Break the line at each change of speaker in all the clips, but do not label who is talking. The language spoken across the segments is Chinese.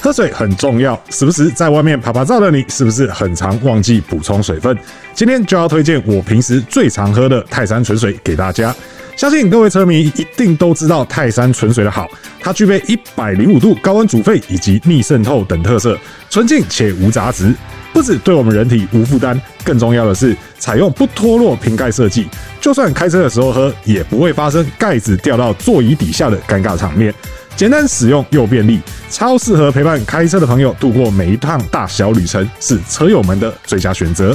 喝水很重要，时不时在外面爬爬照的你，是不是很常忘记补充水分？今天就要推荐我平时最常喝的泰山纯水给大家。相信各位车迷一定都知道泰山纯水的好，它具备一百零五度高温煮沸以及逆渗透等特色，纯净且无杂质。不止对我们人体无负担，更重要的是采用不脱落瓶盖设计，就算开车的时候喝，也不会发生盖子掉到座椅底下的尴尬场面。简单使用又便利，超适合陪伴开车的朋友度过每一趟大小旅程，是车友们的最佳选择。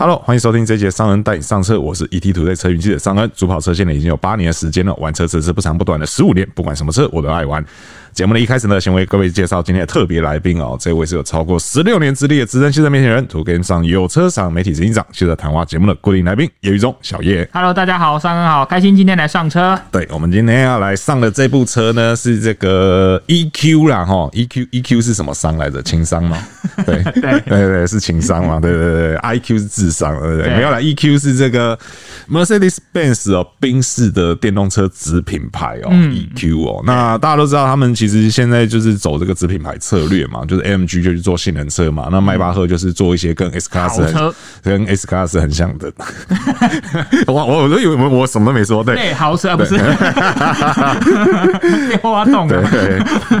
Hello，欢迎收听这一节商人带你上车，我是 ET 图 y 车云记者商恩，主跑车现在已经有八年的时间了，玩车车是不长不短的十五年，不管什么车我都爱玩。节目的一开始呢，先为各位介绍今天的特别来宾哦，这位是有超过十六年资历的资深汽车媒体人，图 game 上有车赏媒体执行长，汽车谈话节目的固定来宾叶宇中小叶。
Hello，大家好，上恩好，开心今天来上车。
对我们今天要来上的这部车呢，是这个 EQ 啦，，E 哈，EQ EQ 是什么商来着？情商吗？对对对，是情商嘛？对对对，IQ 是智商，对不对？
对
没有啦，EQ 是这个 Mercedes-Benz 哦，宾士的电动车子品牌哦、e q 哦。那大家都知道，他们其实现在就是走这个子品牌策略嘛，就是 AMG 就去做性能车嘛，那迈巴赫就是做一些跟 S Class
豪
很
车
跟 S Class 很像的。我我我都以为我什么都没说，对。
对，豪车啊不 是，我懂
对
了。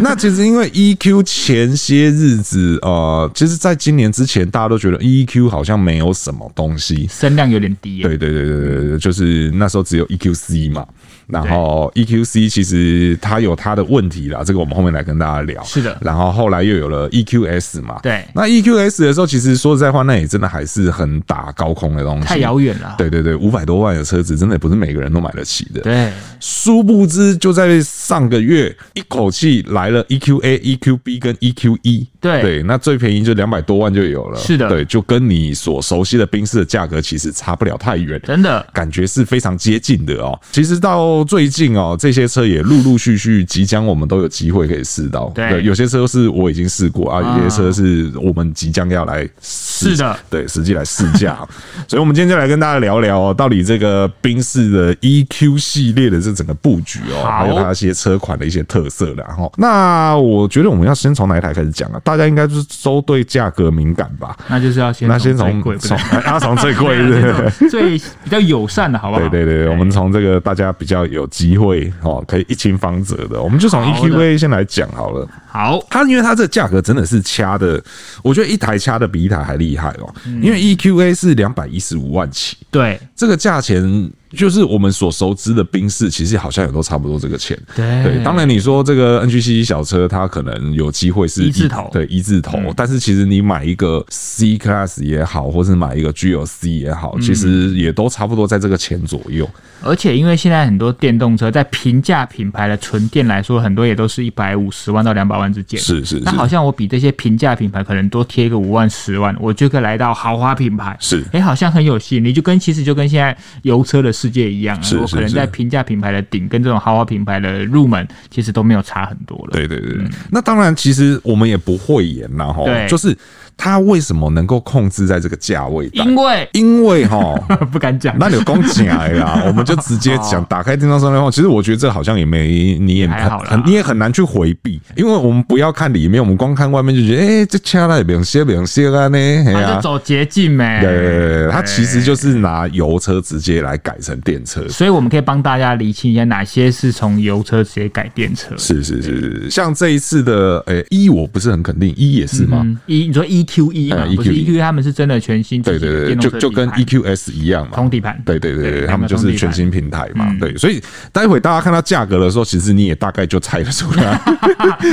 那其实因为 EQ 前些日子，呃，其实在今年之前，大家都觉得 EQ 好像没有什么东西。
声量有点低耶、
对对对对对对，就是那时候只有 EQC 嘛，然后 EQC 其实它有它的问题啦，这个我们后面来跟大家聊。
是的
然后后来又有了 EQS 嘛，
对
那 EQS 的时候，其实说实在话，那也真的还是很打高空的东西，
太遥远了
对对对，五百多万的车子，真的也不是每个人都买得起的。
对
殊不知，就在上个月，一口气来了 E EQA、EQB 跟 EQE。
对
对，那最便宜就两百多万就有了。
是的
对，就跟你所熟悉的宾士的价格其实差不了太远。
真的
感觉是非常接近的哦。其实到最近哦，这些车也陆陆续续，即将我们都有机会可以试到。
对
有些车是我已经试过啊，有些
啊
车是我们即将要来试
是的，
对，实际来试 驾。所以，我们今天就来跟大家聊聊哦，到底这个宾士的 EQ 系列的这整个布局哦，
好
还有它一些车款的一些特色啦。哈。那我觉得我们要先从哪一台开始讲啊？大家应该就是都对价格敏感吧？
那就是要先
那先
最
从
贵，不
从
对，
阿从最 贵是不是
最比较友善的好不好？
对对对，我们从这个大家比较有机会哦，可以一亲芳泽的，我们就从
好的
EQA 先来讲好了。
好
它因为它这价格真的是掐的，我觉得一台掐的比一台还厉害哦。
嗯
因为 EQA 是两百一十五万起，
对
这个价钱就是我们所熟知的宾士，其实好像也都差不多这个钱。
对
对，当然你说这个 NGC 小车，它可能有机会是
一字头嗯
对一字头，但是其实你买一个 C Class 也好，或是买一个 GLC 也
嗯
好，其实也都差不多在这个钱左右。
而且因为现在很多电动车在平价品牌的纯电来说，很多也都是一百五十万到两百万之间。
是是
那
是
好像我比这些平价品牌可能多贴一个五万、十万，我就可以来到豪华品牌。
是
哎、好像很有吸引力，就跟其实就跟现在油车的世界一样、啊，
是
我
是
可能
是
在平价品牌的顶跟这种豪华品牌的入门，其实都没有差很多了。
对对对，那当然，其实我们也不讳言啦，哈，
嗯对
就是它为什么能够控制在这个价位带？
因为
因为 哈，
不敢讲，
那有恭喜来啦，我们就直接讲，打开电商商的话，其实我觉得这好像也没你也
哦还
很
好啦
很你也很难去回避，因为我们不要看里面，我们光看外面就觉得，哎，这掐了也不用卸，不用卸啊呢，哎
他
呀
哦就，走哎捷径呗、
对对对对，它其实就是拿油车直接来改成电车，
所以我们可以帮大家理清一下，哪些是从油车直接改电车。
是是是是，是像这一次的，诶一我不是很肯定，一也是吗？
嗯，E 你说 EQE 嘛，
嗯
不是 E
EQE
EQE，他们是真的全新
对
自己
对
的
对，
电动
就
车
就跟
底盘
EQS 一样嘛，
同底盘
对对对对，
对嗯
他们就是全新平台嘛，对，所以待会大家看到价格的时候，其实你也大概就猜得出 来，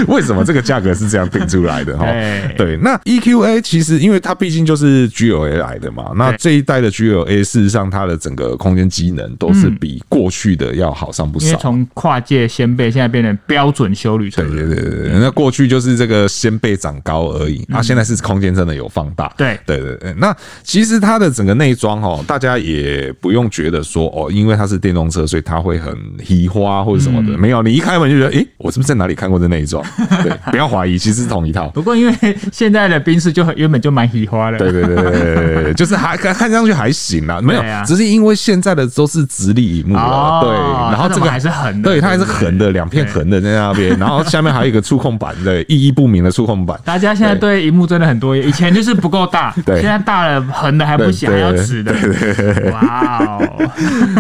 为什么这个价格是这样定出来的哈。对，那 EQA 其实因为它毕竟就是 GLA 来的嘛，那这一代的 GLA 事实上它的整个空间机机能都是比过去的要好上不
嗯因为
少。
从跨界先辈现在变成标准修旅车
对，对对对对，那过去就是这个先辈长高而已，啊，现在是空间真的有放大。
嗯对
对对对，那其实它的整个内装哦，大家也不用觉得说哦，因为它是电动车，所以它会很移花或者什么
嗯
的。没有，你一开门就觉得，诶、我是不是在哪里看过这内 装？对，不要怀疑，其实是同一套。
不过因为现在的宾士就很原本就蛮喜花的，
对对对对对对，就是还看看上去还行啦，没有
对啊，
只是因为现在的都是直立荧幕了，
哦
对，然后
它
这
怎
个
么还是横的
对，它还是
对不对
横的，两片
对
横的在那边，然后下面还有一个触控板的意义不明的触控板，
大家现在对荧幕真的很 多，以前就是不够大，
对
现在大了横的还不行，还
对
要直的，哇哦，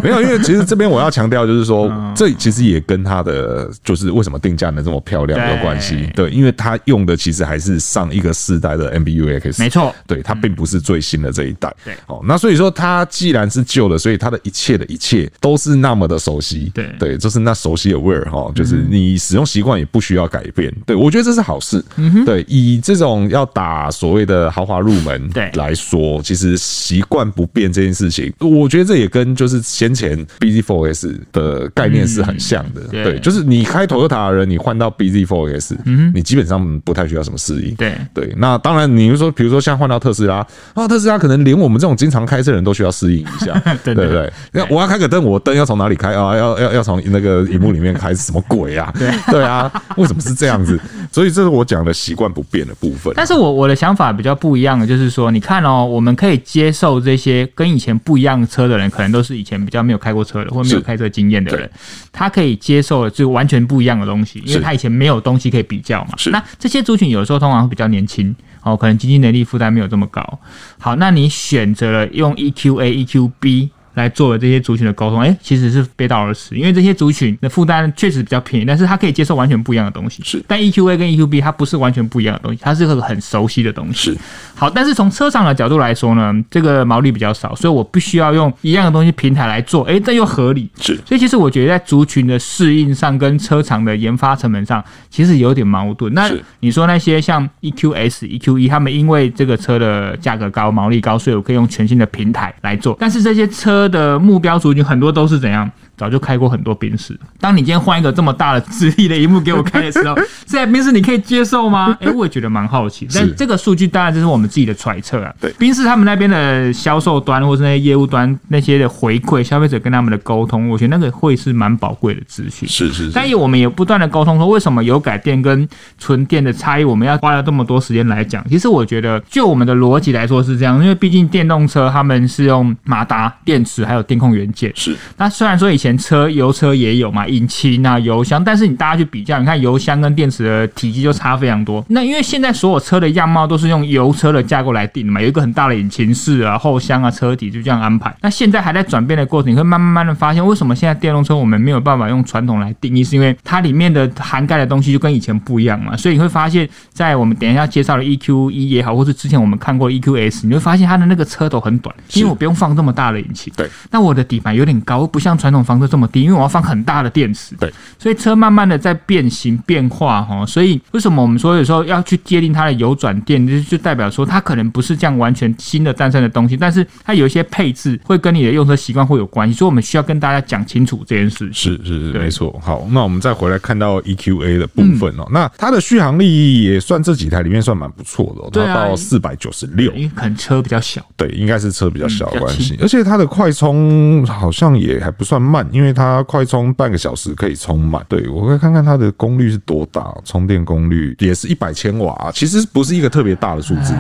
没有，因为其实这边我要强调就是说，这其实也跟它的就是为什么定价能这么漂亮有关系。对，因为它用的其实还是上一个世代的 MBUX，
没错
对，它并不是最新的这一代。
哦嗯对
好，那所以说它既然是旧的，所以它的一切的一切都是那么的熟悉。
对嗯
对，就是那熟悉的味儿哈，就是你使用习惯也不需要改变。对我觉得这是好事。
嗯
对，以这种要打所谓的豪华入门
对
来说，其实习惯不变这件事情，我觉得这也跟就是先前 BZ4S 的概念是很像的。
嗯对嗯
对，就是你开 Toyota 的人，你换到 BZ4S，、你基本上不太需要什么适应。
对
对，那当然，你就说，比如说像换到特斯拉，啊，特斯拉可能连我们这种经常开车人都需要适应一下，对
真
不
的
对？那我要开个灯，我灯要从哪里开啊？要要要从那个荧幕里面开，什么鬼啊？ 对啊，为什么是这样子？所以这是我讲的习惯不变的部分。
但是我我的想法比较不一样的，就是说，你看哦，我们可以接受这些跟以前不一样的车的人，可能都是以前比较没有开过车的，或者没有
是
开车经验的
对
人，他可以接受的就完全不一样的东西，因
是
为他以前没有东西可以比较嘛
是。
那这些族群有时候通常会比较年轻。哦，可能经济能力负担没有这么高。好，那你选择了用 E EQA、EQB 来做了这些族群的沟通，哎、其实是背道而驰，因为这些族群的负担确实比较便宜，但是他可以接受完全不一样的东西。
是
但 EQA 跟 EQB 它不是完全不一样的东西，它是个很熟悉的东西。
是
好，但是从车厂的角度来说呢，这个毛利比较少，所以我必须要用一样的东西平台来做，诶，这又合理。
是
所以其实我觉得在族群的适应上跟车厂的研发成本上，其实有点矛盾。那
是
你说那些像 E EQS、EQE，他们因为这个车的价格高、毛利高，所以我可以用全新的平台来做。但是这些车的目标族群很多都是怎样？早就开过很多宾士。当你今天换一个这么大的 直立的荧幕给我开的 时候，这台宾士你可以接受吗？诶，我也觉得蛮好奇。但
是
这个数据当然这是我们自己的揣测啊。
对
宾士他们那边的销售端或是那些业务端那些的回馈，消费者跟他们的沟通，我觉得那个会是蛮宝贵的资讯。
是是
但也我们也不断的沟通说，为什么有改电跟纯电的差异，我们要花了这么多时间来讲。其实我觉得，就我们的逻辑来说是这样，因为毕竟电动车他们是用马达、电池还有电控元件。
是
那虽然说以前车油车也有嘛，引擎啊、油箱，但是你大家去比较，你看油箱跟电池的体积就差非常多。那因为现在所有车的样貌都是用油车的架构来定的嘛，有一个很大的引擎室啊、后箱啊、车体就这样安排。那现在还在转变的过程，你会慢慢慢的发现，为什么现在电动车我们没有办法用传统来定义，是因为它里面的涵盖的东西就跟以前不一样嘛。所以你会发现，在我们等一下介绍的 EQ 一也好，或是之前我们看过 EQS，你会发现它的那个车头很短，因为我不用放这么大的引擎。
对，
那我的底盘有点高，不像传统房车这么低，因为我要放很大的电池。
对，
所以车慢慢的在变形变化哈，所以为什么我们说有时候要去界定它的油转电，就是就代表说它可能不是这样完全新的诞生的东西，但是它有一些配置会跟你的用车习惯会有关系，所以我们需要跟大家讲清楚这件事情。
是是是，
对
没错。好，那我们再回来看到 EQA 的部分哦，那它的续航力也算这几台里面算蛮不错的、哦，
对
它
啊
到四百九十六
因， 为可能车比较小，
对，应该是车比较小的关
比较
系，而且它的快充好像也还不算慢，因为它快充半个小时可以充满。对我会看看它的功率是多大，充电功率也是一百千瓦，其实不是一个特别大的数字。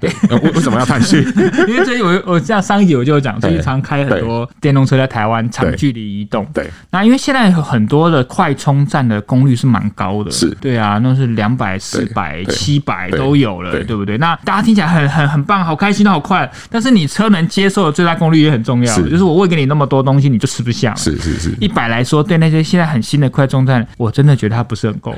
对，呃为为什么要叹气？
因为最近我我像上一集我就有讲，最近常开很多电动车在台湾长
对
距离移动，
对，
那因为现在有很多的快充站的功率是蛮高的，
是
对啊，那是两百、四百、
对
七百
对
都有了，
对
对不对？那大家听起来很很很棒，好开心，好快，但是你车能接受的最大功率也很重要，
是
就是我喂给你那么多东西，你就吃不下嘛。
是是是，
一百来说，对那些现在很新的快充站，我真的觉得它不 是很够。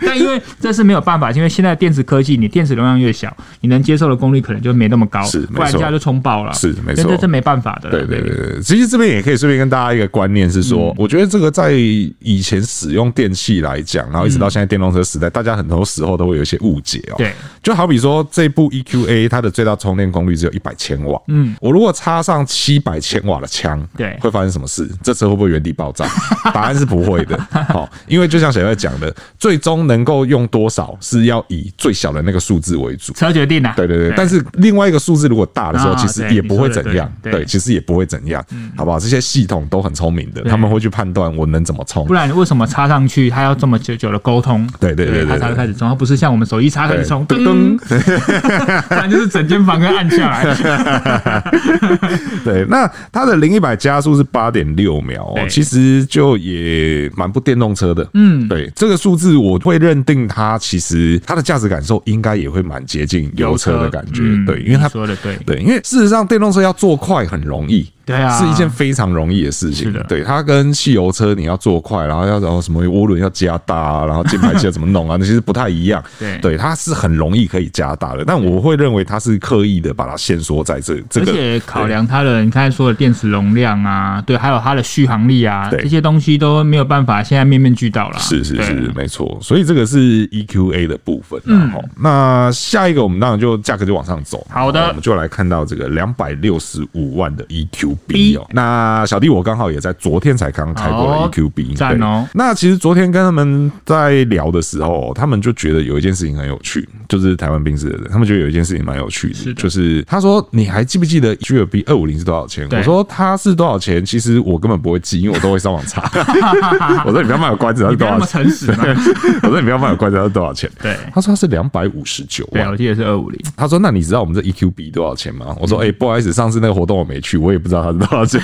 但因为这是没有办法，因为现在电子科技，你电池容量越小，你能接受的功率可能就没那么高，
是
不然
没
一
错
下就冲爆了。
是没
这
错
这这没办法的啦。
对对对对，其实这边也可以顺便跟大家一个观念是说，
嗯
我觉得这个在以前使用电器来讲，然后一直到现在电动车时代，大家很多时候都会有一些误解哦。
对，
就好比说这部 EQA 它的最大充电功率只有一百千瓦，嗯，我如果插上七百千瓦的枪，
对
会发生什么事？这车会不会原地爆炸？ 答案是不会的，好、因为就像小月讲的，最终能够用多少是要以最小的那个数字为主。
车决定啦。
对对对，但
是
是另外一个数字如果大的时候，
哎啊
其实
对
也不会怎样
你说，的对
对，
对
其实也不会怎样，好不好？这些系统都很聪明的，
对
他们会去判断我能怎么充
不。然为什么插上去它要这么久久的沟通？
对对对对
它才
对
会开始充，它不是像我们手一插开始充，
对
噔
噔
噔， 不然就是整间房跟按 下来。
对，那它的零一百加速是八点六秒、哦，
对
其实就也蛮不电动车的。嗯，对，这个数字我会认定它其实它的驾驶感受应该也会蛮接近油车的感觉。
嗯
对，因为它
你说的对
对，因为事实上电动车要做快很容易。
对啊
是一件非常容易的事情
是的。
对，它跟汽油车你要做快，然后要然后什么涡轮要加大啊，然后进排气要怎么弄啊，那 其实不太一样。
对
对，它是很容易可以加大的，但我会认为它是刻意的把它限缩在这这
而
个。
且考量它的，你刚才说的电池容量啊，对，还有它的续航力啊，
对
这些东西都没有办法现在面面俱到啦。
是是
对
是，没错。所以这个是 EQA 的部分。嗯，好，那下一个我们当然就价格就往上走。
好的
我们就来看到这个两百六十五万的
B
EQB 哦。那小弟我刚好也在昨天才刚开过
哦
的 EQB，
赞哦
对那其实昨天跟他们在聊的时候，他们就觉得有一件事情很有趣，就是台湾兵士的人，他们觉得有一件事情蛮有趣的，就是他说你还记不记得 GLB 二五零是多少钱？
对
我说它是多少钱？其实我根本不会记，因为我都会上网查。 我说你不要卖我关子，它是
你不
多少
要那么
钱？
诚实 嘛。
我说你不要卖我关子，它是多少钱？
对
他说他是两百五十九
对，
万
我。记得是二五零。
他说：“那你知道我们这 EQB 多少钱吗？”我说：“哎、不好意思，上次那个活动我没去，我也不知道它是多少 钱。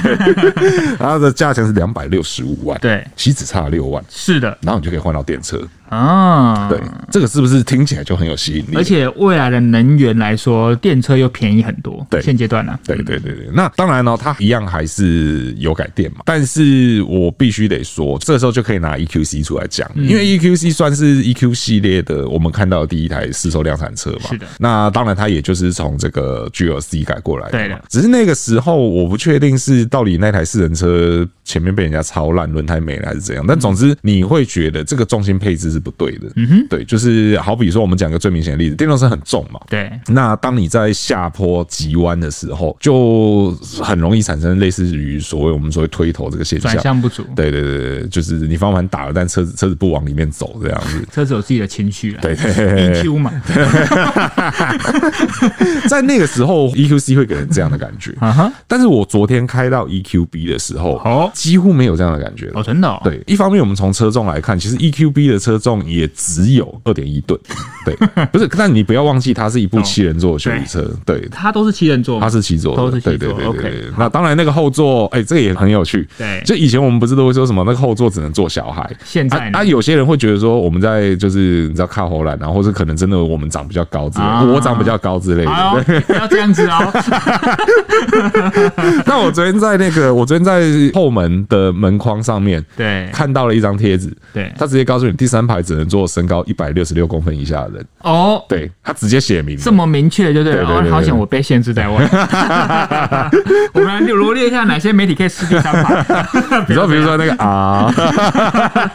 它的价钱是两百六十五万，
对
其实只差了六万，
是的
然后你就可以换到电车。
啊，
对，这个是不是听起来就很有吸引力？
而且未来的能源来说，电车又便宜很多。
对
现阶段呢、啊，
对对对对，那当然呢、它一样还是有改电嘛，但是我必须得说，这时候就可以拿 EQC 出来讲，
嗯
因为 EQC 算是 EQ 系列的我们看到的第一台市售量产车嘛。
是的
那当然它也就是从这个 GLC 改过来的嘛。
对的
只是那个时候我不确定是到底那台四人车前面被人家超烂，轮胎没了还是怎样，但总
嗯
之你会觉得这个重心配置是不对的。嗯哼，对，就是好比说我们讲个最明显的例子，电动车很重嘛，
对，
那当你在下坡急弯的时候，就很容易产生类似于所谓我们所谓推头这个现
转
象。
向不足，
对对对对，就是你方向盘打了，但车子车子不往里面走这样 子。
车子有自己的情绪了。啊
对对对 对
，EQ 嘛，
在那个时候，EQC 会给人这样的感觉。
啊 哈，
但是我昨天开到 EQB 的时候，
哦
几乎没有这样的感觉了
哦，真的、哦，，
对，一方面我们从车重来看，其实 EQB 的车重也只有二点一吨。 对，不是，但你不要忘记，它是一部
哦
七人座的休旅车。对，
它都是七人座嘛，
它是七座的，
都哦是七座
对对对对
OK，
对。那当然，那个后座，哎、这个也很有趣。
对
就以前我们不是都会说什么那个后座只能坐小孩。
现在呢
啊啊，有些人会觉得说我们在就是你知道靠后栏，然后或是可能真的我们长比较高之类的，
啊
我长比较高之类的。
哎 呦，不要这样子哦，
那我昨天在那个，我昨天在后门的门框上面，
对
看到了一张贴纸，
对
他直接告诉你第三排只能坐身高一百六十六公分以下的人，
哦，
对他直接写明了，
这么明确，对不对
对
了？
对对
哦，
对
好险，我被限制 在外。我们来罗列一下哪些媒体可以吃第三 排。
你知道，比如说那个啊，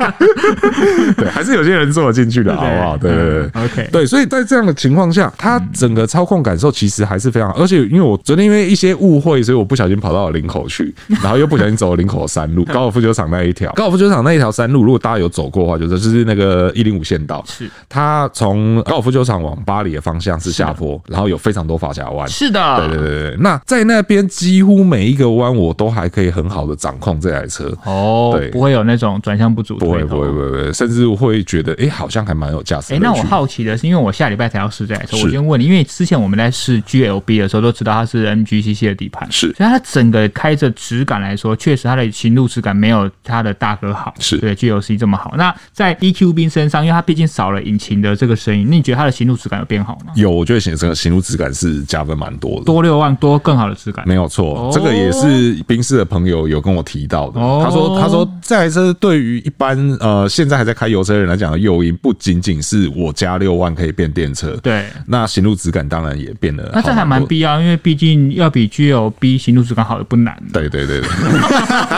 对，还是有些人坐得进去的，好不好？对对对。
嗯，OK，
对，所以在这样的情况下，它整个操控感受其实还是非常，而且因为我昨天因为一些误会，所以我不小心跑到了林口 去，然后又不小心走了林 口山路高尔夫球场那一条，高尔夫球场那一条山路，如果大家有走过的话，就是就是那个一零五线道，
是
它从高尔夫球场往巴黎的方向是啊下坡，然后有非常多发夹弯，
是的，
对对对对，那在那边几乎每一个弯我都还可以很好的掌控这台车，
哦
对，
不会有那种转向不足，
不会
推头
不会不。会不会，甚至会觉得哎、诶好像还蛮有驾驶
哎、
乐趣。
那我好奇的是，因为我下礼拜才要试这台车，
是
我先问你，因为之前我们在试 GLB 的时候都知道它是 MGCC 的底盘，
是
所以它整个开着质感来说，确实它的行路质感没有它的大哥好，
是
对 GLC 这么好。那在 EQB 兵身上，因为它毕竟少了引擎的这个声音。那你觉得它的行路质感有变好吗？
有，我觉得行车行路质感是加分蛮多的。
多六万多更好的质感，
没有错
哦，
这个也是宾士的朋友有跟我提到的。
哦
他说：“他说这台车对于一般呃现在还在开油车的人来讲的诱因，不仅仅是我加六万可以变电车，
对。
那行路质感当然也变得
那这还蛮
必
必要，因为毕竟要比 G L B 行路质感好也不难。
对对对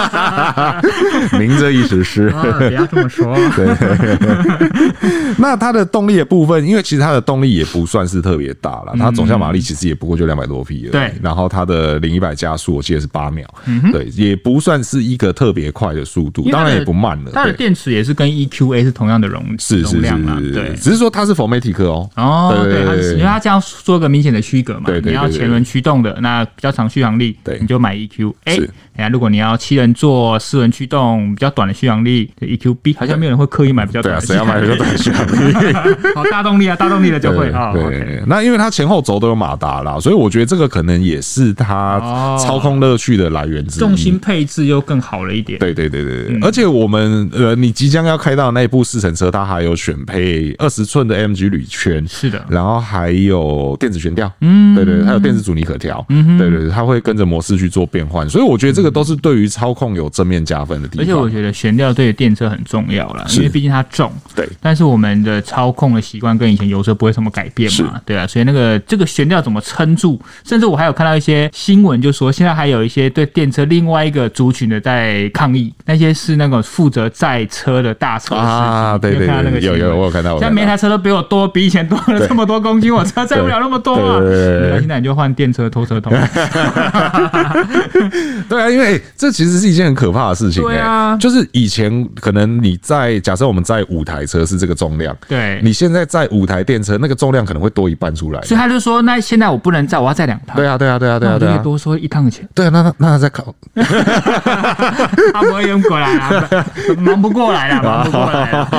对，明哲一时师。”
啊，不要这么 说。
那它的动力的部分，因为其实它的动力也不算是特别大了，它总效马力其实也不过就两百多匹而已。
嗯对嗯
然后它的零一百加速我记得是八秒，对，也不算是一个特别快的速度
因，为它
当
的
然也不慢了。
它的
对
电池也是跟 EQA 是同样的容
是是
容
是
量嘛，
是，是。
对
只是说它是 formatic 哦。
哦，对，它是因为
对
它这样做一个明显的区隔嘛，
对对对
你要前轮驱动的，那比较长续航力，
对
你就买 EQ A
是。
哎呀，如果你要七人座、四轮驱动，比较短的续航力，EQ B 好像没有人会刻意买比较
对
短
啊，
的续
谁要买
航力。
这短续航力？
好，大动力啊，大动力的 就会
对
啊。OK
对，那因为它前后轴都有马达啦，所以我觉得这个可能也是它
哦
操控乐趣的来源之一。
重心配置又更好了一点。
对对对对
嗯
对，而且我们呃，你即将要开到那一部试乘车，它还有选配二十寸的 MG 铝圈，
是的
然后还有电子悬吊，嗯，对对，还有电子阻尼可调，嗯，对对，对它会跟着模式去做变换，所以我觉得这个都是对于操控有正面加分的地方。
而且我觉得悬吊对电车很重要啦，因为毕竟它重。
对
但是我们的操控的习惯跟以前油车不会什么改变嘛，对啊，所以那个这个悬吊怎么撑住，甚至我还有看到一些新闻，就说现在还有一些对电车另外一个族群的在抗议，那些是那个负责载车的大车司机
啊，对
你有
对
看到那
对，
个新
有
闻
有我有看到，我
现在
看
每
到
台车都比我多，比以前多了这么多公斤，我车载不了那么多啊。
对对对对
没关系那你就换电车拖 车头。
对啊，因为、欸这其实是一件很可怕的事情、欸。
对啊
就是以前可能你在假设我们在五台车是这个重量，
对
你现在在五台电车，那个重量可能会多一半出来。
所以他就说，那现在我不能载，我要载两趟。
对啊，对啊，对啊，对
那
啊，
我就
对
可以
啊，
多收一趟的钱。
对啊，那那那他在 考，
他不会用过来啦，忙不过来啦，忙不过来啦。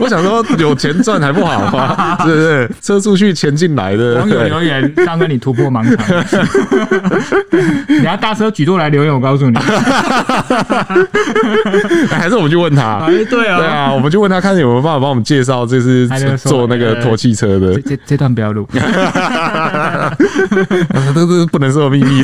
我想说有钱赚还不好吗？是不是？车出去，钱进来的。
网友留言，张哥你突破盲肠，你要大车举舵来留言，我告诉你。
还是我们去问他。
哎对 啊
对啊，我们就问他看有没有办法帮我们介绍，这是
他就说
做那个
呃
拖汽车的
这。这这段不要录，
这是不能说的秘密，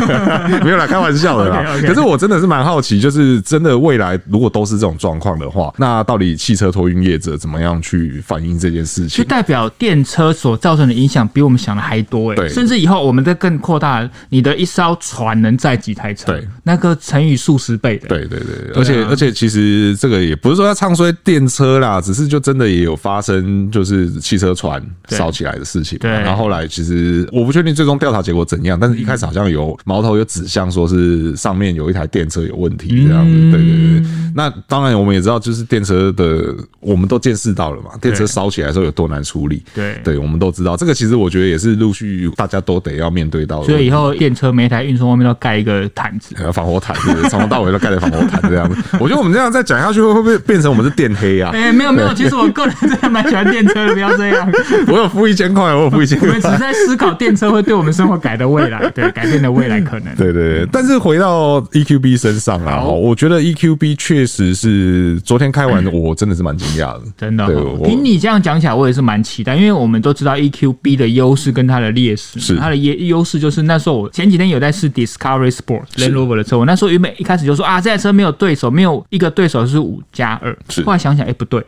没有啦，开玩笑的啦。
OK，OK
可是我真的是蛮好奇，就是真的未来如果都是这种状况的话，那到底汽车托运业者怎么样去反映这件事
就
情？
代表电车所造成的影响比我们想的还多哎、
对
甚至以后我们再更扩大，你的一艘船能载几台车
对，
那个乘以数十倍的。
对对对，而且而且，其实这个也不是说要唱衰电车啦，只是就真的也有发生，就是汽车船
对
烧起来的事情嘛。
对
然后后来其实我不确定最终调查结果怎样，但是一开始好像有矛头有指向说是上面有一台电车有问题这样
嗯
子。对对对，那当然我们也知道，就是电车的我们都见识到了嘛，电车烧起来的时候有多难处理。
对
对，我们都知道这个，其实我觉得也是陆续大家都得要面对到的问题。
所以以后电车每台运送外面都盖一个毯子，
呃，防火毯，对不对从头到尾都盖着防火毯这样子。我觉得我们这样再讲下去，会不会变成我们是电黑 啊？
哎、没有没有，其实我个人真的蛮喜欢电车的，不要这样。
我有付一千块，啊我有付一千
我
块
们。只是在思考电车会对我们生活改的未来，对改变的未来可能。
对对对，但是回到 EQB 身上啊，
好
哦我觉得 EQB 确实是昨天开完，我真的是蛮惊讶的，
真的
对，
哦，
我
凭你这样讲起来，我也是蛮期待，因为我们都知道 EQB 的优势跟它的劣势嘛，
是
它的优优势就是那时候我前几天有在试 Discovery Sport Land Rover 的车，我那时候原本一开始就说啊，这台车没有对手，没有一个对手是五加二
是，
后来想想，哎、不对，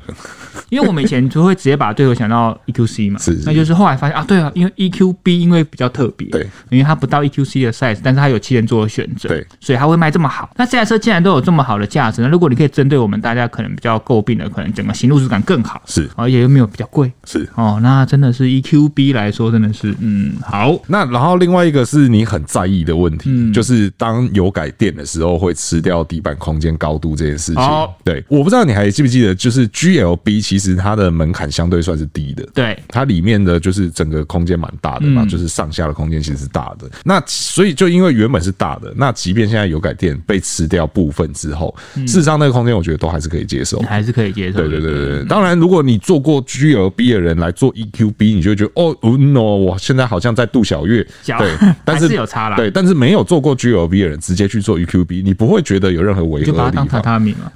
因为我们以前就会直接把对手想到 EQC 嘛，
是是
那就是后来发现啊，对啊，因为 EQB 因为比较特别，
对，
因为它不到 EQC 的 size，但是它有七人座的选择，
对，
所以它会卖这么好。那这台车既然都有这么好的价值，那如果你可以针对我们大家可能比较诟病的，可能整个行路质感更好，
是
而且又没有比较贵
是。
哦，那真的是 EQB 来说真的是嗯好。
那然后另外一个是你很在意的问题，就是当有改电的时候会吃掉底板空间高度这件事情。
哦
对，我不知道你还记不记得，就是 GLB 其实它的门槛相对算是低的，
对，
它里面的就是整个空间蛮大的嘛，
嗯
就是上下的空间其实是大的。那所以就因为原本是大的，那即便现在有改电被吃掉部分之后，
嗯
事实上那个空间我觉得都还是可以接 受。
还是可以接受
对对
的。
对对对，当然，如果你做过 GLB 的人来做 EQB，你就会觉得哦哦，no，我现在好像在杜小月，
小，
对但
还是有差啦
对，但是没有做过 GLB 的人直接去做 E EQB，你不会觉得有任何违和
就
的
把它
地
当榻
方。
榻米嘛。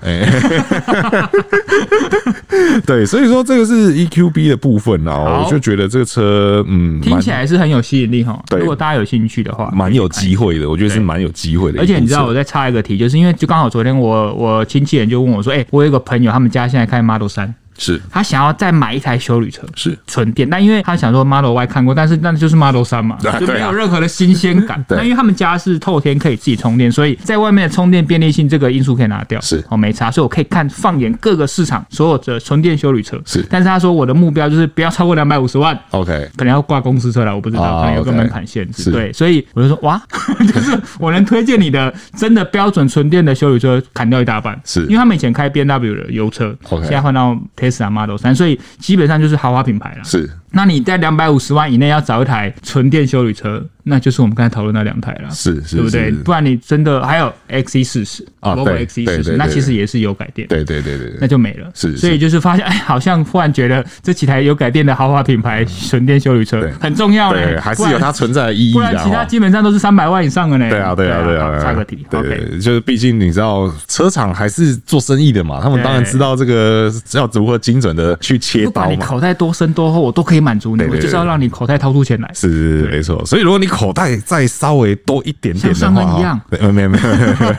对，所以说这个是 EQB 的部分啦，
好
我就觉得这个车，嗯，
听起
蛮
来是很有吸引力哈。
对
如果大家有兴趣的话，
蛮有机会的，我觉得是
对
蛮有机会的一部车。
而且你知道，我再插一个题，就是因为就刚好昨天我我亲戚人就问我说，哎、我有一个朋友，他们家现在开 Model 三，
是
他想要再买一台修旅车。
是，
纯电，但因为他想说 Model Y 看过，但是那就是 Model 三嘛，
啊
就没
对啊
有任何的新鲜感。
对
那因为他们家是透天，可以自己充电，所以在外面的充电便利性这个因素可以拿掉，
是
哦没差，所以我可以看放眼各个市场所有的纯电修旅车，
是
但是他说我的目标就是不要超过两百五十万，
OK，
可能要挂公司车了，我不知道，
啊
可能有个
OK
门槛限
是
制。对，所以我就说哇， 就是我能推荐你的真的标准纯电的修理车砍掉一大半，
是
因为他们以前开 B N W 的油车
OK
现在换到 Tesla Model 三，所以基本上就是豪华品牌了。
是
那你在两百五十万以内要找一台纯电修理车，那就是我们刚才讨论那两台了。
是是，
对不对？
是
不然你真的还有 XC 四十
啊
包括
对对
XC 四
对
十，
对
那
对
其实也是有改电，
对对对对
那
对，
就没了。
是
所以就是发现，哎，好像忽然觉得这几台有改电的豪华品牌纯电修旅车
对
很重要
对，
呢，
还是
不然
有它存在的意义
不然
的
其他
哈。
基本上都是三百万以上的呢。
对啊，对啊，对啊，
差个题。
对
OK，
对，就是毕竟你知道，车厂还是做生意的嘛，他们当然
对
知道这个要如何精准的去切
不
刀
管你
嘛。
口袋多深多厚，我都可以满足你，
对对
我
对
就是要让你口袋掏出钱来。
是是是没错，所以如果你口袋再稍微多一点点的
像上
话，
恩一样
对，呃没有没有，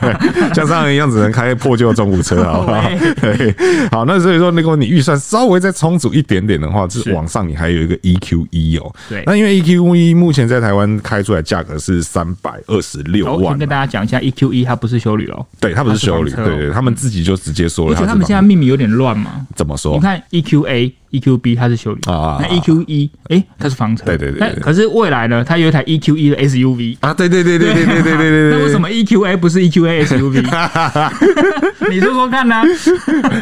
像上恩一样只能开破旧的中古车，好不好？对，好，那所以说，如果你预算稍微再充足一点点的话，就是
是
往上你还有一个 EQ 一哦。
对
那因为 EQ 一目前在台湾开出来价格是三百二十六
我
万
先跟，大家讲一下，EQ 一它不是修旅哦，
对他们是修理，
它是房车
对对，他们自己就直接说
而
了，
且他
是
们现在
房
命名有点乱嘛。
怎么说
你？看 E EQA、EQB 它是修旅，
哦啊
那 EQ 一哎它是房车，
对对对
但
对
可是未来呢，它有一台 EQ 一的 SUV，
啊，对对对对对对对对对对，
那为什么 EQA 不是 E EQA SUV？你说说看呐、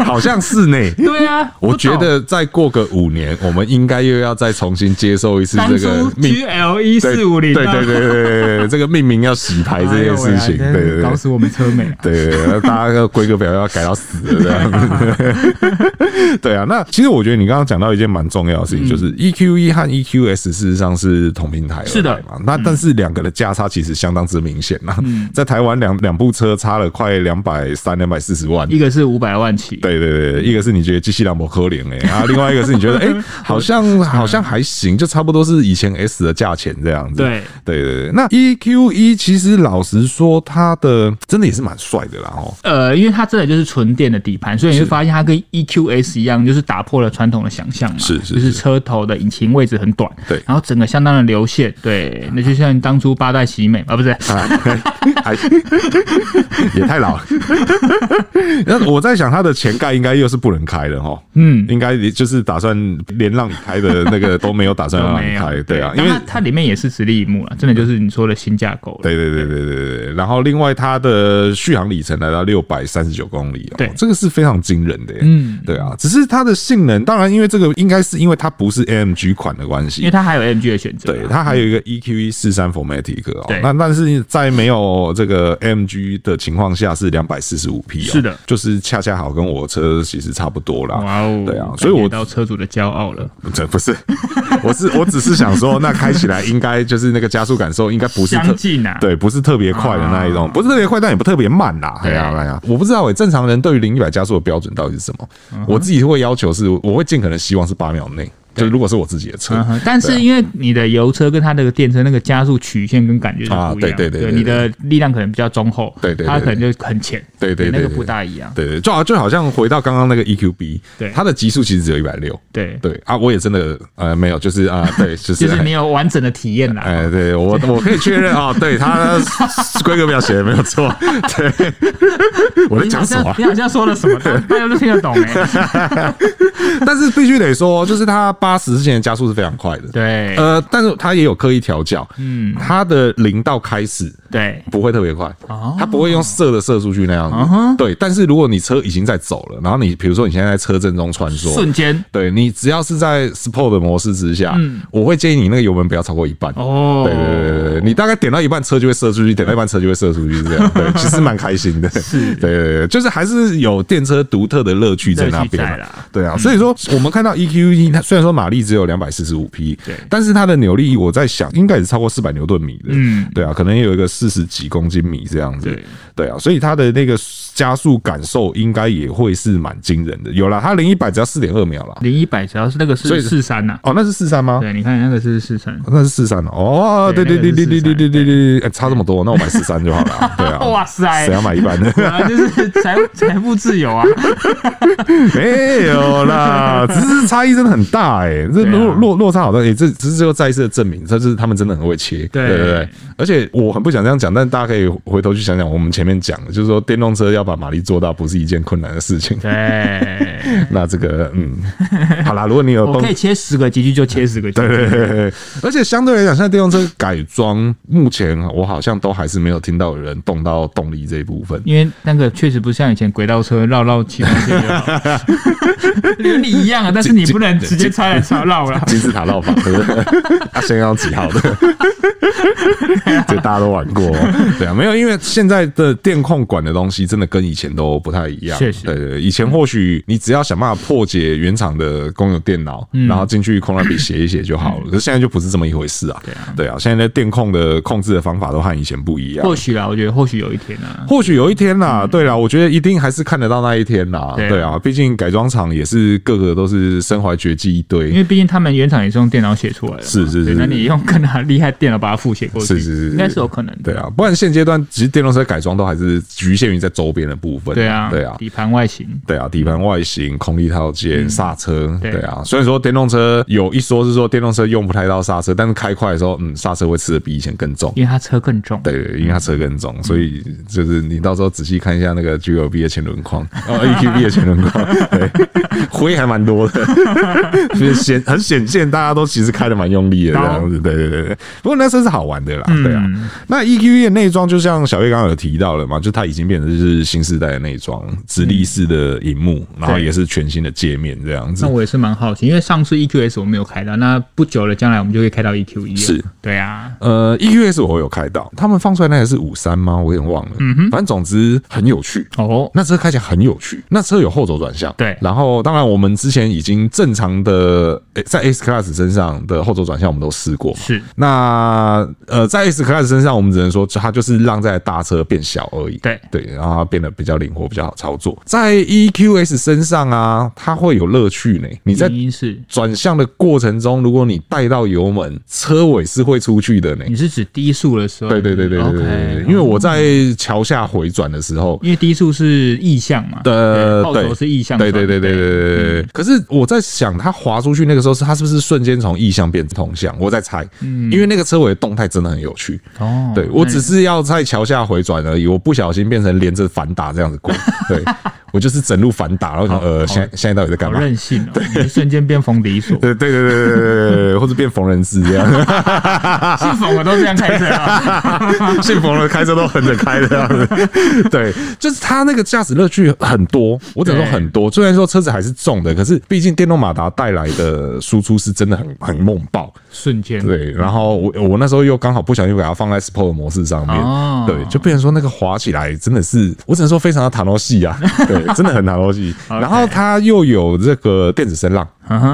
好像是呢？
对啊，
我
不懂
觉得再过个五年，我们应该又要再重新接受一次
当
这
初
个命。
GLE
对
E 四五零，啊
对对对对对对，这个命名要洗牌这件事情，对
哎呦喂
对对
搞死我们车美啊了。
对对对，大家的规格表要改到死了这样子。对啊，那其实我觉得你刚刚讲到一件蛮重要的事情，就是 EQ 一和 EQS 事实上是同平台而来
是的
嘛，那但是两个的价差其实相当之明显呐，在台湾两两部车差了快两百三、两百四十万，
一个是五百万起，
对对对，一个是你觉得机器兰博可怜哎，啊，另外一个是你觉得哎、好像好像还行，就差不多是以前 S 的价钱这样子。
对
对对对，那 EQ 一其实老实说，它的真的也是蛮帅的啦哦。
呃，因为它真的就是纯电的底盘，所以你会发现它跟 EQS 一样，就是打破了传统的想象嘛，
是是
就是是车头的引擎位置很短，
对啊
然后整个相当的流线，对，那就像当初八代喜美啊，不是，
哎， 也太老了。 那我在想，它的前盖应该又是不能开的哈。嗯，应该就是打算连让你开的那个都没有打算让
没
你开，
有，
对啊，因
但
为
它它里面也是直立一幕啊了，真的就是你说的新架构了，
对对对对对对对。然后另外它的续航里程来到六百三十九公里、哦，
对
这个是非常惊人的耶。嗯，对啊，只是它的性能，当然因为这个应该是因为它不是 AMG 款的关
因为
系。
它还有 MG 的选择，啊
对，啊它还有一个 EQE 四三 Formatic 哦
对，
那但是在没有这个 AMG 的情况下是两百四十五匹哦，
是的
就是恰恰好跟我车其实差不多啦。
哇哦，
对啊，所以我
感觉到车主的骄傲了，
这不是， 我是我只是想说，那开起来应该就是那个加速感受应该不是特
相近啊，
对，不是特别快的那一种，不是特别快，但也不特别慢啦。哎呀，哎呀，我不知道诶、正常人对于零一百加速的标准到底是什么？
嗯
我自己会要求是，我会尽可能希望是八秒内，就是如果是我自己的车
嗯，哼，但是因为你的油车跟它那个电车那个加速曲线跟感觉是不一样，
啊对对对对
你的力量可能比较中厚，
对对对
它可能就很浅，
对对对
那个
对
不大一样，
对对，就好就好像回到刚刚那个 EQB，
对
它的极速其实只有一百六，
对，
对啊，我也真的呃没有，就是啊、 对，就是
就是没有完整的体验啦。
哎，对我我可以确认啊、哦，对它规格表写的没有错， 对，我在
你好
讲什
像
么、啊？
你好像说了什么，大大家都听 得懂哎、
但是必须得说，就是它八十之前的加速是非常快的，
对
呃，但是它也有刻意调教，嗯，它的零到开始
对，
不会特别快
哦，嗯
它不会用射的射出去那样子，对。但是如果你车已经在走了，然后你比如说你现在在车阵中穿
瞬
梭。
间
对你只要是在 Sport 的模式之下，我会建议你那个油门不要超过一半。
嗯哦，
对对对对对，你大概点到一半车就会射出去，点到一半车就会射出去，是这样。 对，其实蛮开心的。是，对对对，就是还是有电车独特的乐趣在那边
乐趣在
啊
啦。
对啊，所以说我们看到 EQ 一，它虽然说马力只有两百四十五匹，
对
但是它的扭力我在想应该也是超过四百牛顿米的。
嗯
对啊，可能也有一个四十几公斤米这样子
对。
对啊，所以它的那个加速感受应该也会是蛮惊人的。有啦，它零一百只要四点二秒啦。
零一百只要是那个
所
是
以
四三呐，
哦，那是四三吗？
对，你看那个是四三，
那是四三哦，对
对
对对
那个
对
是
对对
43
对对对，哎差这么多，那我买十三就好了 啊，对啊，
哇塞
谁要买一般的？
果然啊就是财财富自由啊，
没有啦，只是差异真的很大哎、这
对啊
落落落差好大哎、这只是又再一次的证明，这是他们真的很会切，
对
对对，而且我很不想这样讲，但大家可以回头去想想我们前面讲的，就是说电动车要把马力做大不是一件困难的事情。
对，
那这个嗯， 好啦，如果你有
我
动
可以切十个集聚就切十个集
对
聚，
对对，而且相对来讲，现在电动车改装，目前我好像都还是没有听到有人动到动力这一部分。
因为那个确实不像以前轨道车绕绕七弯就好， 原理一样啊，但是你不能直接拆来拆绕了。
金字塔绕法，对不对？ 啊，先要几号的？这大家都玩过、对啊，没有，因为现在的电控管的东西真的跟以前都不太一样。
确实
对对对，以前或许你只要想办法破解原厂的公有电脑，
嗯
然后进去空那笔写一写就好了。可是现在就不是这么一回事啊。对啊，对啊，现在的电控的控制的方法都和以前不一样。
或许啦，我觉得或许有一天啊，
或许有一天啦，对啦，我觉得一定还是看得到那一天啦，
对啊
对啊，毕竟改装厂也是各个都是身怀绝技一
因
堆，
为毕竟他们原厂也是用电脑写出来的嘛，
是是
对
是
那你用更厉害的电脑把它复写过去，
是是是
应该是有可能的
对。啊，不然现阶段其实电动车改装都还是局限于在周边的部分，
对啊，
对啊。
底盘外形，
对啊，底盘外形、空力套件、刹车，
嗯对
对啊。虽然说电动车有一说是说电动车用不太到刹车，但是开快的时候，嗯，刹车会吃的比以前更重。
因为它车更重，
对，因为它车更重，所以就是你到时候仔细看一下那个 G L B 的前轮 框，哦 A Q B 的前轮 框，对，灰还蛮多的， 就是显很显见，大家都其实开的蛮用力的这样子，对对对对。不过那车是好玩的啦，对啊。那 E Q B 的内装就像小月刚刚有提到了嘛，就它已经变成是新时代的内装，直立式的荧幕，然后
对
也是全新的界面这样子
那。我也是蛮好奇，因为上次 E EQS 我没有开到，那不久了将来我们就会开到 E EQE。
是，
对啊，
呃，EQS 我有开到，他们放出来那台是五三吗？我有点忘了。嗯哼，反正总之很有趣。
哦，
那车开起来很有趣，那车有后轴转向，
对
然后当然我们之前已经正常的诶在 S Class 身上的后轴转向我们都试过嘛。
是，
那呃，在 S Class 身上，我们只能说它就是让这台大车变小而已。
对
对，然后它变得比较灵活，比较好操作。在 EQS 身上啊，它会有乐趣呢。你在
原因是
转向的过程中，如果你带到油门，车尾是会出去的呢。
你是指低速的时候？
对对对对对对对
嗯 OK，嗯
对，因为我在桥下回转的时候，
因为低速是意向嘛，
的
对后头是意向
对
转，
对对对对对对对。可是我在想，它滑出去那个时候，是它是不是瞬间从意向变同向？我在猜，因为那个车尾的动态真的很有趣。
哦，
对我只是要在桥下回转而已，我不小心变成连着反打这样子过。对我就是整路反打，然后想呃，现在现在到底在干
好
嘛？
任性哦，你瞬间变冯迪 索，
对对对对对对对对，或者变缝人字这样。
是否我都这样开车啊？
信佛了，开车都横着开的样子。 对，就是它那个驾驶乐趣很多，我只能说很多。虽然说车子还是重的，可是毕竟电动马达带来的输出是真的很很梦爆。
瞬间，
对，然后我我那时候又刚好不小心把它放在 Sport 模式上面，
哦
对，就变成说那个滑起来真的是，我只能说非常的塔罗戏啊，对，真的很塔罗戏。然后它又有这个电子声浪，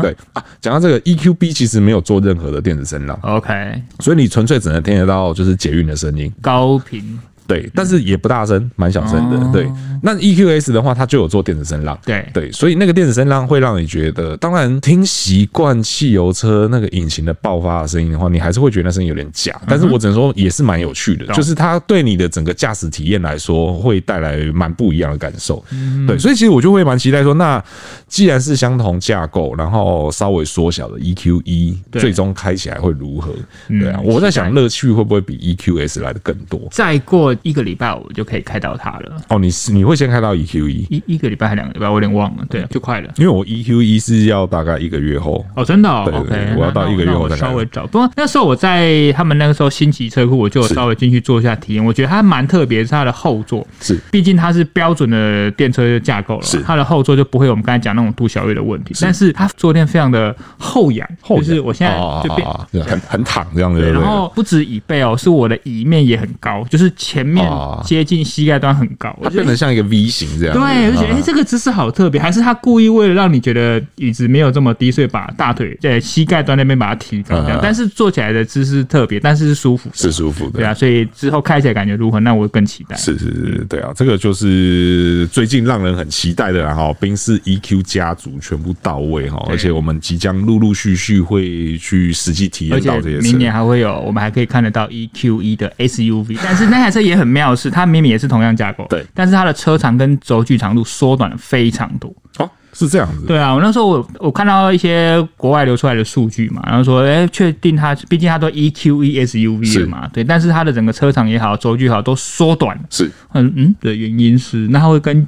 对啊，讲到这个 EQB 其实没有做任何的电子声浪，
，OK，
所以你纯粹只能听得到就是捷运的声音。
高频，
对，但
嗯
是也不大声，蛮小声
哦
的。对，那 EQS 的话，它就有做电子声浪。
对
对，所以那个电子声浪会让你觉得，当然听习惯汽油车那个引擎的爆发的声音的话，你还是会觉得那声音有点
嗯
假。但是我只能说也是蛮有趣的，就是它对你的整个驾驶体验来说，会带来蛮不一样的感受。
嗯
对，所以其实我就会蛮期待说，那既然是相同架构，然后稍微缩小的 EQE，
对
最终开起来会如何？对啊，
嗯
我在
期待
想乐趣会不会比 EQS 来的更多？
再过一个礼拜我就可以开到它了。
哦，你是你会先开到 EQE，
一一个礼拜还两个礼拜，我有点忘了，
嗯
对，就快了。
因为我 EQE 是要大概一个月后。
哦，真的、哦、
对对
o
对
k
我要到一个月后
我
再
稍
看
微找。不过那时候我在他们那个时候新奇车库，我就有稍微进去做一下体验，我觉得它蛮特别，是它的后座，
是
毕竟它是标准的电车架构了，
是
它的后座就不会有我们刚才讲那种杜小月的问题，但是它坐垫非常的后仰，
后
就是我现在
哦
就变。
哦哦哦很很躺这样子，
对，
对不
然
对？
后不止椅背哦，是我的椅面也很高，就是前面
哦
接近膝盖端很高，
它变得像一个嗯 V 型这样。啊
对，我就觉得哎、诶这个姿势好特别，还是他故意为了让你觉得椅子没有这么低，所以把大腿在膝盖端那边把它提高这样
嗯嗯
但是坐起来的姿势特别，但是是舒服的，
是舒服的
对啊，所以之后开起来感觉如何？那我更期待。
是是是，对啊，这个就是最近让人很期待的啦哈。宾士 EQ 家族全部到位哈，而且我们即将陆陆续续会去实际体
而
验
且
到这些
明
车。
年还会有，我们还可以看得到 EQE 的 SUV，但是那台车也很妙的是，它明明也是同样架构，
对
但是它的车长跟轴距长度缩短了非常多。
哦，是这样子。
对啊，我那时候我我看到一些国外流出来的数据嘛，然后说，哎、确定它，毕竟它都 E EQE SUV 了嘛，对，但是它的整个车长也好，轴距也好都缩短了。
是，
嗯嗯的原因是，那它会跟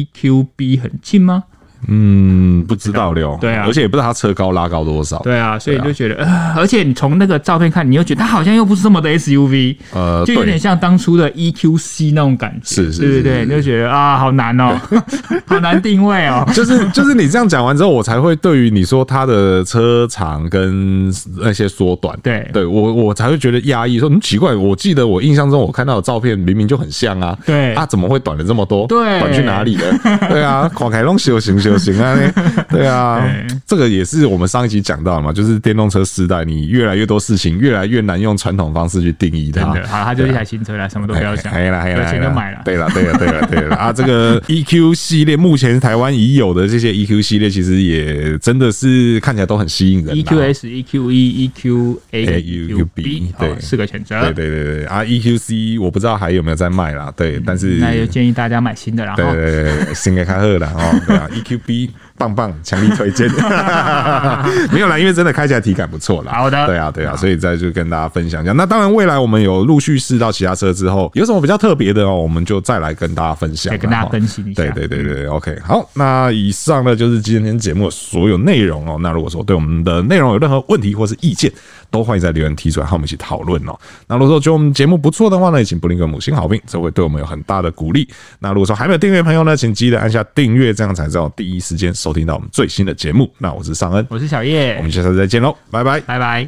EQB 很近吗？
嗯，不知道了。
对啊
而且也不知道它车高拉高多少。
对啊，所以就觉得，呃，而且你从那个照片看，你又觉得它好像又不是这么的 SUV，
呃
就有
对
点像当初的 EQC 那种感觉，
是是
对
是
对对，
是
你就觉得啊，好难哦， 好难定 位哦，
就是就是你这样讲完之后，我才会对于你说它的车长跟那些缩短，
对
对我我才会觉得压抑，说嗯奇怪，我记得我印象中我看到的照片明明就很像啊，
对
啊怎么会短了这么多？
对
短去哪里了？对啊，狂开龙修行修行啊，对啊
对，
这个也是我们上一集讲到的嘛，就是电动车时代，你越来越多事情越来越难用传统方式去定义
真
它，
的，好，它就是一台新车了，什么都不要想，
哎啦哎啦，
有钱
啊嘿
就
啦
买了。
对了对了对了对了啊！这个 EQ 系列目前台湾已有的这些 EQ 系列，其实也真的是看起来都很吸引
E
人啦。啊
EQS、EQE、EQA、
AUB 对
四个选择。
对对对对啊！EQC 我不知道还有没有在卖啦，对，但是
嗯那就建议大家买新的啦。
对
哈
对对对，新给开贺了哦，对 啊，EQB 棒棒，强力推荐。 没有啦，因为真的开起来体感不错啦。
好的
对啊，对啊，所以再就跟大家分享一下。那当然，未来我们有陆续试到其他车之后，有什么比较特别的哦，我们就再来跟大家分享啦，
再跟大家
哦
更新一下
对对对对对，OK，好，那以上呢就是今天节目的所有内容哦。那如果说对我们的内容有任何问题或是意见，都欢迎在留言提出来，和我们一起讨论哦。那如果说觉得我们节目不错的话呢，也请不吝给我们五星好评，这会对我们有很大的鼓励。那如果说还没有订阅的朋友呢，请记得按下订阅，这样才知道第一时间收听到我们最新的节目。那我是尚恩，
我是小
我
叶
们，下次再见喽，拜拜。
拜拜。